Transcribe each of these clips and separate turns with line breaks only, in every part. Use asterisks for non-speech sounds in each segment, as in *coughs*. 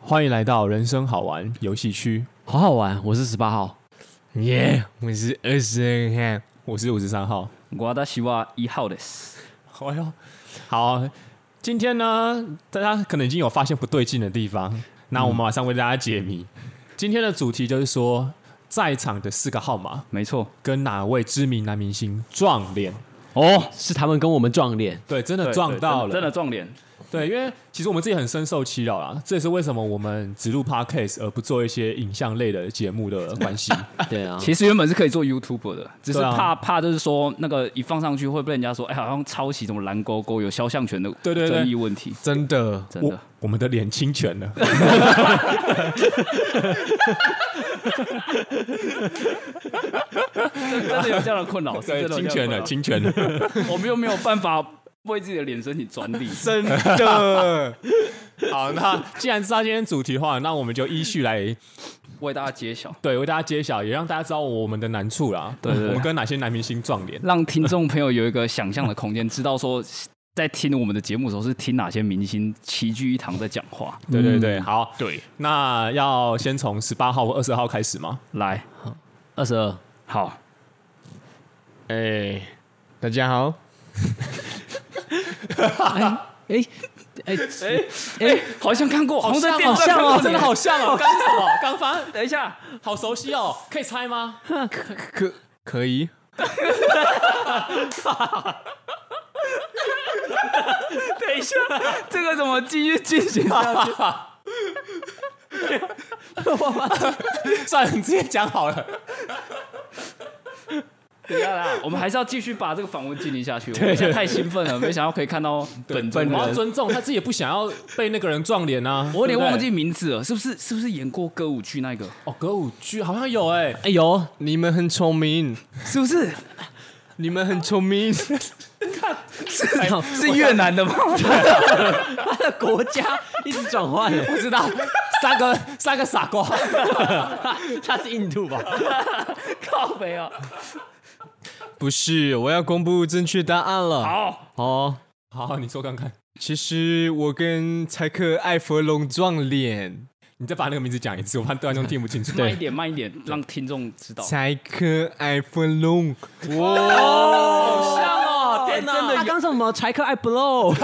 欢迎来到人生好玩游戏区。
好好玩，我是十八号。
耶、我是二十二号，我是五十三号。
我的希望一号的是，
哎呦，好，啊今天呢，大家可能已经有发现不对劲的地方，那我们马上为大家解谜。今天的主题就是说，在场的四个号码
没错
跟哪位知名男明星撞脸？
哦，是他们跟我们撞脸，
对，真的
对
撞
对
到了，
真的真的撞脸，嗯
对，因为其实我们自己很深受其扰啦，这也是为什么我们只录 podcast 而不做一些影像类的节目的关系。
对啊，
其实原本是可以做 YouTube 的，只是
对啊
怕、怕就是说那个一放上去会被人家说，哎，好像抄袭什么蓝勾勾，有肖像 *laughs* 权的
对对对
争议问题。
*laughs* 真的，
真的
我，我们的脸侵权了。
真的有这样的困 *laughs* 扰，是真
对，
的
侵
有这
权
样的
了，
困
侵权了，
扰。我们又没有办法为自己的脸申请专 *laughs* 利，
真的。 *laughs* 好，那既然知道今天主题的话，那我们就依序来
为大家揭晓，
对为大家揭晓，也让大家知道我们的难处啦。
对对对
我们跟哪些男明星撞脸？
让听众朋友有一个想象的空间，知道说在听我们的节目的时候是听哪些明星齐聚一堂在讲话。
对对对，好，
对，
那要先从十八号或二十号开始吗？
来，
二十二，
好，
哎、大家好，
哎哎
哎，好像看过，好像在啊电
好
视
像
上看
哦，
过
真的好像哦。刚是什么？刚发，
等一下，
好熟悉哦，可以猜吗？
可可以？
*laughs* 等一下，这个怎么继续进行下去？
算了，你直接讲好了。
等一下啦，我们还是要继续把这个访问进行下去。我们现在太兴奋了，没想到可以看 *laughs* 到本
我
本
们要
人。
尊重他自己，也不想要被那个人撞脸啊。
我有点
对不对
忘记名字了，是不是？是不是演过歌舞剧那个？
哦，歌舞剧好像有哎、
哎呦，
你们
*laughs*
很聪明，
是不是？
你们很聪明。
是越南 *laughs* 的吗？
他的国家一直转换，
不知道三个三个傻瓜。
*laughs*
*laughs*
他是印度吧？
靠北啊！
不是，我要公布正确答案了。
好，
哦，
好，你说看看，
其实我跟柴克艾弗隆撞脸，
你再把那个名字讲一次，我怕对观众听不清楚。
慢一，点，慢一点，让听众知道。
柴克艾弗隆。
像哦，天哪，
他刚说什么？柴克艾 blow，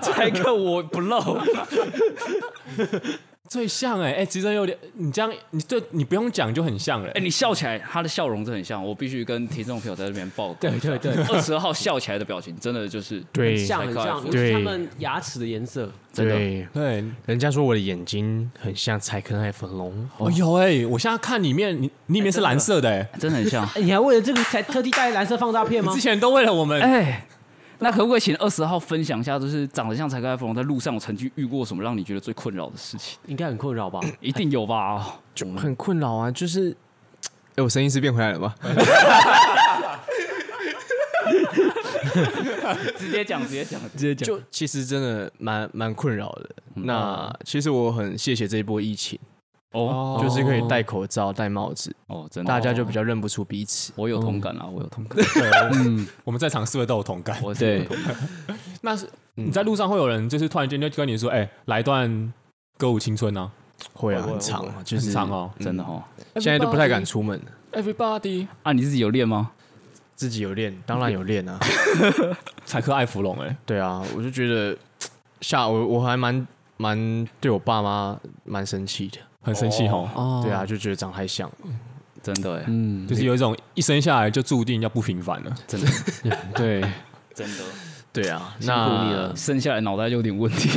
猜个我不漏，
最像哎、哎、其实有点，你这样，你对你不用讲就很像了、
哎，你笑起来，他的笑容真的很像，我必须跟听众朋友在这边报告。
*laughs* 对对对，
二十号笑起来的表情，真的就是
对
像很像，尤其
对
他们牙齿的颜色，
真的
对，
对，
人家说我的眼睛很像柴克艾弗隆。
哦有哎、我现在看里面，你你里面是蓝色的哎、
真的很像。
哎你还为了这个 *laughs* 才特地带蓝色放大片
你
吗
之？前都为了我们，
*laughs* 哎，那可不可以请二十号分享一下，就是长得像柴克艾弗隆在路上曾经遇过什么让你觉得最困扰的事情？
应该很困扰吧？
一定有吧？
就很困扰啊，就是，哎、我声音是变回来了 *laughs* 吧？
直接讲，直接讲，
直接讲，
就嗯其实真的蛮蛮困扰的。那其实我很谢谢这一波疫情，
哦
就是可以戴口罩、戴帽子，
哦，真的，
大家就比较认不出彼此。
我有同感啊，我有同感，
对，我们在场是不是都有同感？
我是有
对
同感
那是你在路上会有人就是突然间就跟你说，哎、来一段歌舞青春啊，
会啊，
会
很长啊，
嗯
就
很
是
长哦。
真的哦。
现在都不太敢出门了。
Everybody，
啊，你自己有练吗？
自己有 *laughs* 练，当然有练啊。
柴克艾芙蓉哎，
对啊，我就觉得下我我还蛮蛮对我爸妈蛮生气的。
很生气吼，
哦
对啊，，就觉得长太像了。
真的哎，
嗯，
就是有一种一生下来就注定要不平凡了。
真的，
对
*laughs* 真的，
*laughs* 对啊，
辛苦你
那
了。
生下来脑袋就有点 *laughs* 问题。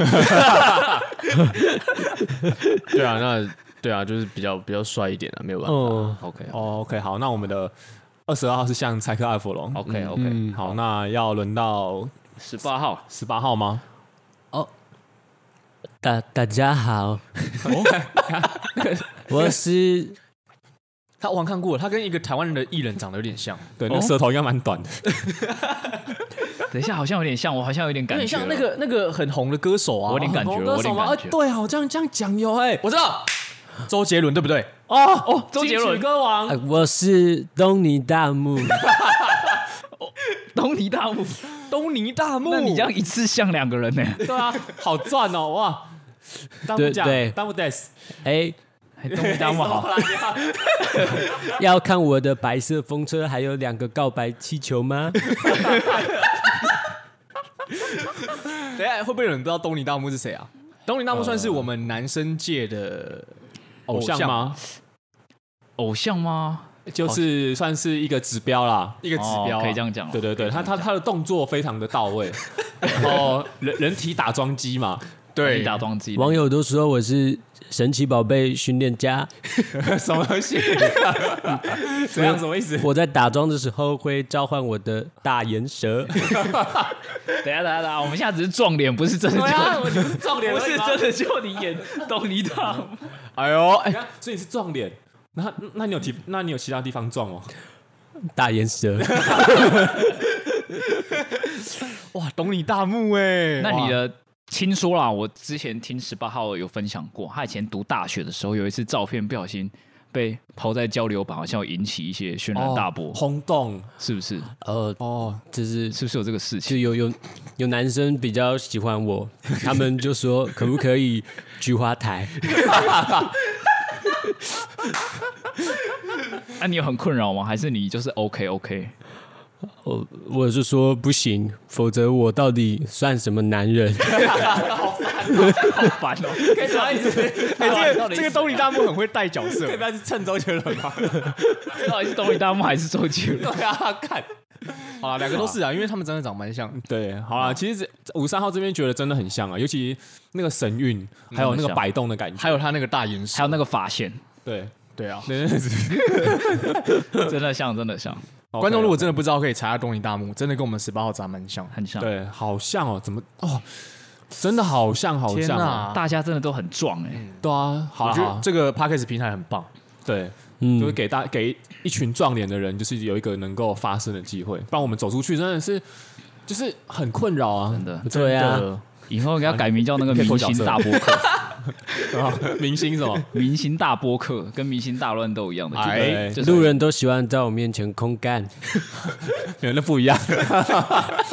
对啊，那对啊，就是比较比较帅一点啊，没有办法。
哦，
OK
哦，OK，好，那我们的二十二号是像柴克艾芙蓉。
OK OK，
嗯
好，那要轮到
十八号，
十八号吗？
大大家好， *laughs* 我是
他我好像看过，他跟一个台湾人的艺人长得有点
*laughs*
像。哦
对，那舌头应该蛮短的。
等一下，好像有点像，我好像有点感觉，
像那个那个很红的歌手啊，
我有点感觉，我有点感觉。
对啊，我这样这样讲有哎，
我知道，周杰伦对不对？
哦哦，周
杰伦
歌王，
呃 *laughs* 我是东尼大 *laughs* 木，
东尼大木，
东尼大木，
*laughs*
那你这样一次像两个人呢？
对啊，好赚哦，哇！当不讲
对对
当不 des，
哎，
*laughs* 哎当不当不好，
*laughs* 要看我的白色风车，还有两个告白气球吗？
等一下会不会有人不知道东尼大木是谁啊？东尼大木算是我们男生界的
呃偶像？吗？
偶像吗？
就是算是一个指标啦。
一个指标、
哦
啊
可以这。样讲哦。
对对对，他他他的动作非常的到位，然后人人体打桩机嘛，
对
你，打桩机，
网友都说我是神奇宝贝训练家，
什么东西？怎样？什么意思？
我在打桩的时候会召唤我的大岩蛇。 *laughs*
等一下等一下等一下，我们现在只是撞脸，不是真的 *laughs*
对啊，
就
我就是撞脸，
不是真的就你演懂
*laughs*
你大吗
哎呦，哎
你，看，啊所以是撞脸。那那你有提？那你有其他地方撞哦？
大岩
*laughs*
蛇，
哇，东尼大木哎，
那你
哇
的听说啦，我之前听十八号有分享过，他以前读大学的时候有一次照片不小心被抛在交流板，好像有引起一些轩然大波，
轰动
是不是？
呃，
哦，
就是
是不是有这个事
就
情？
有有有男生比较喜欢我，他们就说可不可以菊花台？
那、啊你有很困扰吗？还是你就是 OK OK？
我我就说不行，否则我到底算什么男人？
*laughs* 好烦哦、
可以不要 *laughs* 一直，可
哎，这个这个东尼大木很会带角 *laughs* 色
以，不要一直蹭周杰伦吗？
到底是东尼大木还是周杰伦？
*laughs* 对啊，看。
好了，两个都是啊，因为他们真的长蛮像。
对，好啦，其实五三号这边觉得真的很像啊，尤其那个神韵，还有那个摆动的感觉，
还有他那个大眼神，
还有那个发线，
对，
对啊。
那阵子
真的像，真的像，
观众如果真
的
的不知道，可以查下东尼大木，真的跟我们十八号长蛮像。
很像。
对，好像哦，怎么哦，真的好像好
天
像哦，
哪，
大家真的都很壮哎、
对啊，好
我
啦
觉
好
得
啦，
这个 p a c k a g e 平台很棒。
对，就是
嗯，
给大给一群壮年的人，就是有一个能够发声的机会，不然我们走出去真的是就是很困扰啊
真，的。
对啊，
呃，
以后应该改名叫那
*laughs*
个
你可以
明
脱角
星
色
大播客，
啊明星什么？
*laughs*
明星大播客跟明星大乱斗一样的，就
哎
对
就是
路人都喜欢在我面前空干。
没有，那不一样。 *laughs*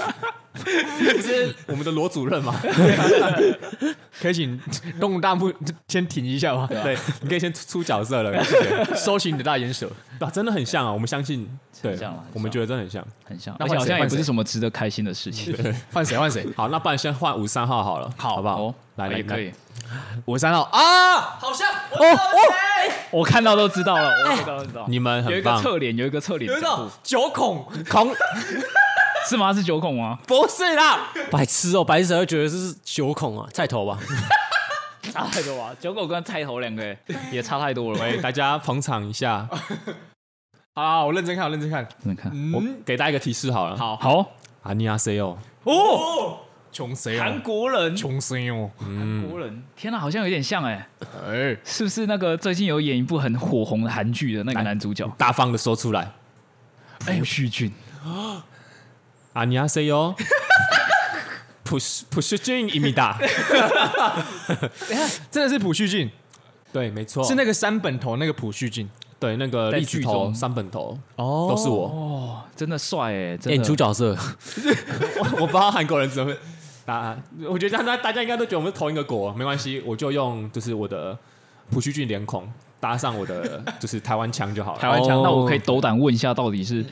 不是我们的罗主任嘛？
啊
可以请东尼大木先停一下吧。
对，啊你可以先出角色了，谢谢。
收起你的大眼蛇。
啊，真的很像啊，我们相信，对
很像啦很，
我们
像
觉得真的很像。
很像，
那
而且好
换谁
像也
换
不是
谁
什么值得开心的事情。
换谁？换谁？
好，那不然先换五三号好了，好不好
哦？，
来，
也
你看
可以。，
我三号啊，好像哦哦，
我看到都知道了，我看到都知道。
你们
有一
很
个
棒，
侧哎脸，有一个侧脸
有一
角
种
度，
九孔，
孔
是吗？是九孔吗？
不是啦，
白痴哦，白痴才会觉得这是九孔啊，菜头吧？
差太多啊！九孔跟菜头两个欸 *laughs* 也差太多了。
*laughs* 喂，大家捧场一下， *laughs*
好好，我认真看，我认真看。
真的看
我
嗯，
给大家一个提示好了。
好
好，
啊，尼亚 C 哦，
哦，穷谁
韩
哦？
国人，
穷谁哦？
韩国人，天哪，好像有点像哎，
哎，
是不是那个最近有演一部很火红的韩剧的那个男主角
大方的说出来。
朴叙俊？
啊，尼亚 C *laughs* 哦，普世普世俊伊米达， *laughs*
真的是朴叙俊，
对，啊没错，
是那个三本头那个朴叙俊。
对那个
在
栗子
剧
头、
中
三本头
哦
都是我，
真的帅哎，真
演
的
出。角色，
我 *laughs* 我不知道韩国人怎么会答，我觉得大家大家应该都觉得我们是同一个国，没关系，我就用就是我的朴叙俊脸孔搭上我的就是台湾腔就好
台
了。
湾腔，
那我可以斗胆问一下，到底是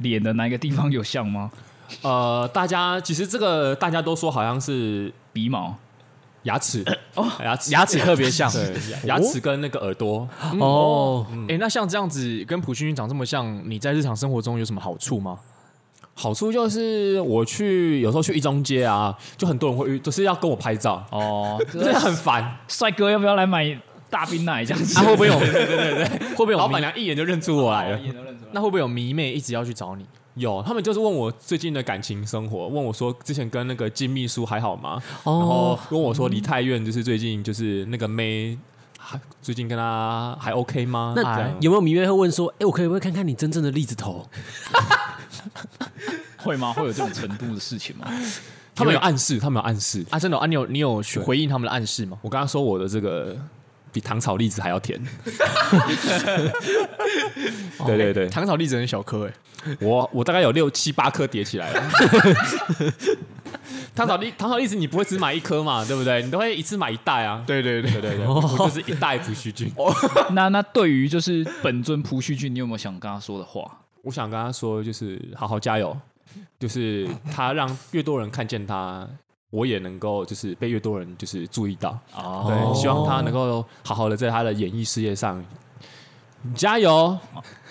脸的哪一个地方有像吗？ *laughs*
呃，大家其实这个大家都说好像是
鼻毛
牙 *coughs* 齿，牙齿
牙齿特别像。
哦对牙牙齿跟那个耳朵，
哦，
哎，那像这样子跟朴叙俊长这么像，你在日常生活中有什么好处吗？
好处就是我去有时候去一中街啊，就很多人会遇，就是要跟我拍照，
哦，
真的很烦。
帅哥要不要来买大冰奶这样子？
*laughs* 那会不会有？
会不会老板娘一眼就认出我来了？
那会不会有迷妹一直要去找你？
有，他们就是问我最近的感情生活，问我说之前跟那个金秘书还好吗？然后
哦，
问我说李泰院就是最近就是那个妹，还最近跟她还 OK 吗？哎这
那啊
样
有没有迷妹会问说，哎，我可以不可以看看你真正的栗子头？
*laughs* 会吗？会有这种程度的事情吗？ *laughs*
他们有暗示，他们有暗示。
啊，真的哦啊，你有你有去回应他们的暗示吗？
我跟他说我的这个比糖炒栗子还要甜。 *laughs* 对对 *laughs* 对，
糖炒栗子很小颗哎，
我我大概有六七八颗叠起来了。 *laughs* 糖炒栗糖炒栗子你不会只买一颗嘛，对不对？你都会一次买一袋啊。
对对对
对对对，我就是一袋不虚菌。
那那对于就是本尊朴叙俊，你有没有想跟他说的话？
*laughs* 我想跟他说，就是好好加油，就是他让越多人看见他，我也能够就是被越多人就是注意到。
哦
对，希望他能够好好的在他的演艺事业上加油，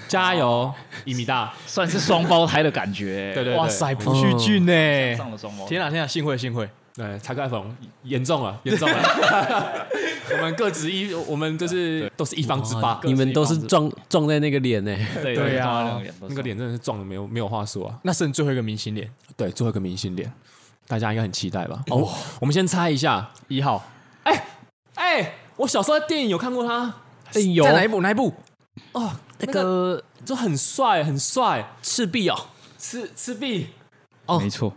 加油，一米大，
算是双胞胎的感觉、
对对对，
哇塞，朴
嗯
叙俊欸呢？
上了双胞胎
天。哪啊天哪，幸会幸会，
对，才盖粉严重了，严重 *laughs* 了，我们各执一，我们就是都是一方之霸，
啊你们都是
各自一方
撞撞在那个脸 *laughs* 呢、
对
对啊
他们两个脸
那
都
个
是
脸真的是撞的没有没有话说啊。
那剩最后一个明星脸
对，最后一个明星脸，大家应该很期待吧？哦，我们先猜一下，
一号，
哎，我小时候在电影有看过他，
哎有
在哪一部哪一部？
哦，
那个
就很帅，很帅，
赤壁哦，
赤赤壁，
哦
没错，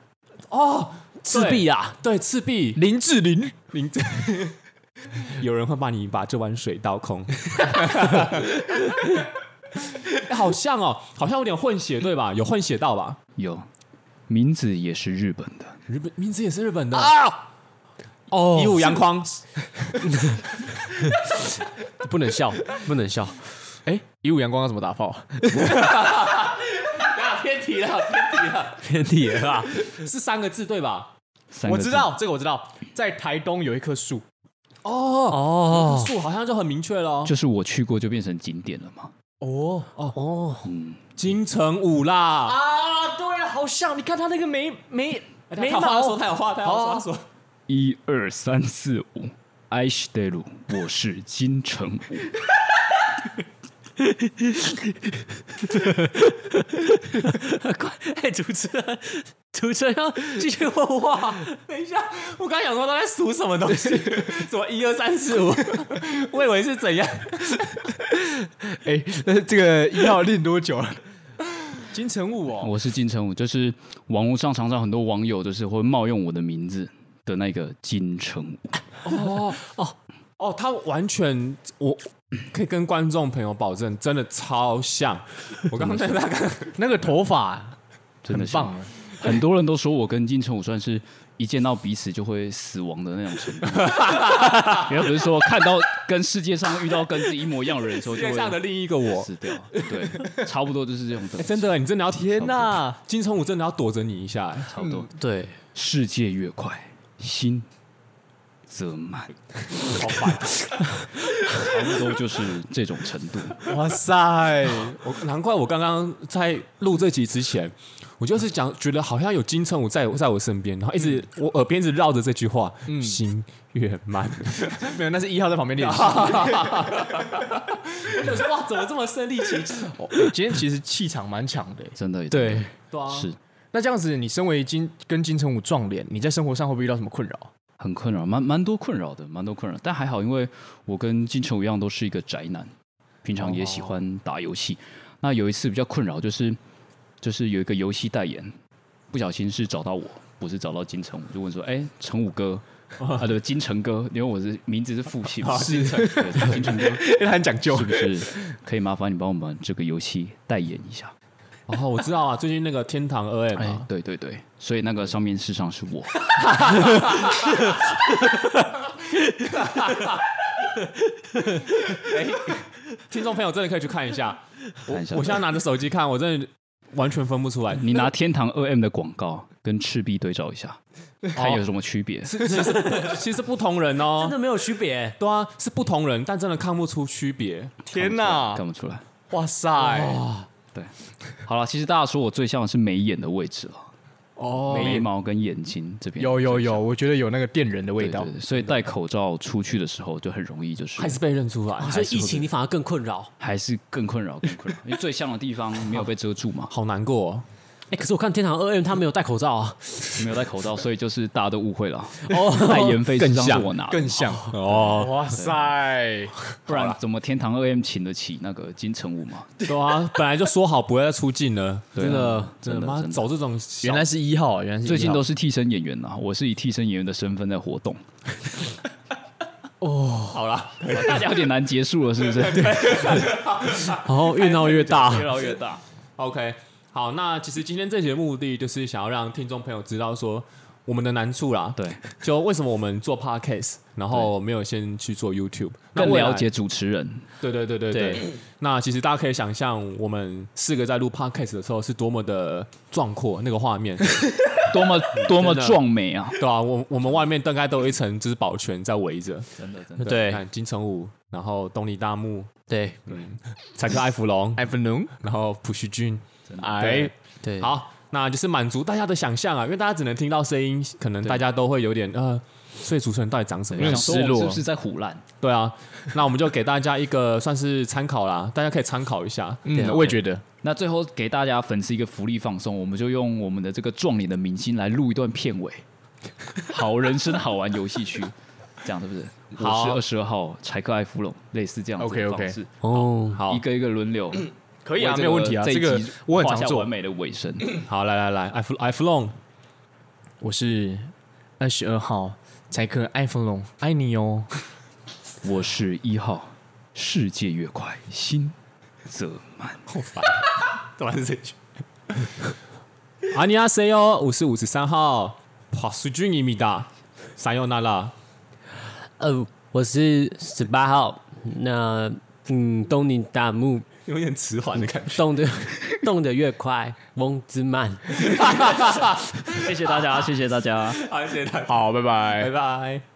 哦，
赤壁啊，
对，赤壁，
林志玲，
林， *laughs* 有人会把你把这碗水倒 *laughs* 空。哎好像哦，好像有点混血对吧？有混血到吧？
有名字也是日本的，
日本名字也是日本的，
啊哦
啊一五阳光，
不能笑，不能笑，
哎，一五阳光要怎么打炮啊？
偏题了，偏题了，
偏题了吧？
是三个字对吧？
三个
*laughs* 我
字
知，道这个我知道，在台东有一棵树，
哦，
哦
树好像就很明确了。
就是我去过就变成景点了嘛。
哦哦，
哦，
金城武啦，
啊，对啊，好像你看他那个眉眉
没话说，哎他有话，他有话说。
一二三四五，爱西德鲁，我是金城武。
*laughs* 哎，主持人， *laughs* 主持人要继续问话，
等一下， *laughs* 我刚想说他在数什么东西， *laughs* 什么一二三四五，我以为是怎样。
哎，那这个
*laughs*
一号练多久了？金城武哦，
我是金城武，就是网络上常常很多网友就是会冒用我的名字的那个金城
*laughs*
武。
哦，他完全，我可以跟观众朋友保证，真的超像。我刚刚在那个，
*laughs* 那个头发
真的
很
是
棒，
啊
很多人都说我跟金城武算是一见到彼此就会死亡的那种程度。
*laughs*
也不是说看到跟世界上遇到跟自己一模一样的人的时候
世
就
界上的
会
另一个我。
死掉，对，差不多就是这种等
哎，
级，
真的，你真的要天
天哪！
金城武真的要躲着你一下。哎
差不多。
*laughs* 对，
世界越快，心则慢，
好烦！
*laughs* 差不多就是这种程度。
哇塞，
我难怪我刚刚在录这集之前，我就是讲觉得好像有金城武在我在我身边，然后一直
嗯
我耳边一直绕着这句话：心越慢。
*laughs*
*laughs*
没有，那是一号在旁边 *laughs* 练习。
我想说哇，怎么这么身临其境？
哦今天其实气场蛮强的。
真的，
对，
对啊，
是
那这样子，你身为金跟金城武撞脸，你在生活上会不会遇到什么困扰？
很困扰，蛮蛮多困扰的，蛮多困扰。但还好，因为我跟金城武一样都是一个宅男，平常也喜欢打游戏。那有一次比较困扰就是，就是有一个游戏代言，不小心是找到我，不是找到金城武，就问说：“哎、城武哥。”啊，对，金城哥，因为我是名字是复姓，是对金城哥，
因 *laughs* 为他很讲究
是不是可以麻烦你帮我们这个游戏代言一下？
哦，我知道啊，最近那个《天堂二 M》
哎
啊，，
对对对，所以那个上面事实上是我，
听众朋友真的可以去看一
*laughs*
下。我
看一下
我现在拿着手机看，我真的完全分不出来。
你拿天堂二 M 的广告跟赤壁对照一
*laughs*
下，看有什么区
哦
别？
其实 *laughs* 不同人哦
真，的没有区别，
对啊，是不同人，但真的看不出区别。
天哪！
看不出来。
哇塞！
好了，其实大家说我最像的是眉眼的位置了，
哦
眉毛跟眼睛这边
有有有，我觉得有那个电人的味
对对
道
对，。所以戴口罩出去的时候就很容易就是
还是被认出来，
哦所以疫情你反而更困扰。
还是更困扰更困
*laughs*
扰，因为最像的地方没有被遮住嘛，
好难过、哦。
哎，可是我看天堂二 M 他没有戴口罩啊，
没有戴口罩，所以就是大家都误会了。 *laughs*
哦
代言费
更
实际上是
像
我拿的，
更像
哦，
哇塞！
不然怎么天堂二 M 请得起那个金城武嘛？
对啊，本来就说好不要再出镜了，
对啊
真的，真
真
的
的
妈
真的
走这种小
原来是一号，原来是
最近都
是
是替身演员啊啦，我是以替身演员的身份在活
*laughs*
动。
哦
好啦，
大家有点难结束了，是不
*laughs*
是？
啊
然后越闹越大，
越来越大。
OK，好，那其实今天这节目的目的就是想要让听众朋友知道说，我们的难处啦。
对，
就为什么我们做 podcast，然后没有先去做 YouTube，那
更
未来
了解。主持人，
对对对对对。那其实大家可以想象，我们四个在录 podcast 的时候是多么的壮阔那个画面，
多么多么
真的
壮美啊！
对吧、啊？我我们外面大概都有一层就是保全在围着。
真的真
你
对
看金城武，然后东尼大木，
对
柴克艾弗 *laughs* 隆，
艾弗农，
然后朴叙俊，哎
对，
对，
好，那就是满足大家的想象啊，因为大家只能听到声音，可能大家都会有点呃，所以主持人到底长什么样
想？说我
失落
们是不是在胡乱？
对啊，那我们就给大家一个算是参考啦，大家可以参考一下。
啊
嗯，我也觉得，
那最后给大家粉丝一个福利放松，我们就用我们的这个撞脸的明星来录一段片
*laughs*
尾，好人生好玩游戏区，这样是不是？
好
我是二十二号柴克艾弗隆，类似这样子的
OK，OK
方式
哦，
好
一，个一个轮流，
可
为这
没有问题啊，
这一
这个
集
我很
画
常
下
做
完。美的尾声。
好，来来来，艾弗艾弗 *laughs* 隆，
我是二十二号柴克艾弗隆，爱你哦。
我是一号，世界越快，心则慢。
好烦，怎么还是这句？ *laughs* 阿尼亚 C 哦，我是五十三号，跑苏俊一米达，三幺娜拉，
呃，我是十八号，那嗯，东尼大木
有点迟缓的感觉。
动的动得越快，翁之曼。
谢谢大家，谢谢大家。
*laughs* 好，谢谢大家，
好，拜拜
拜拜。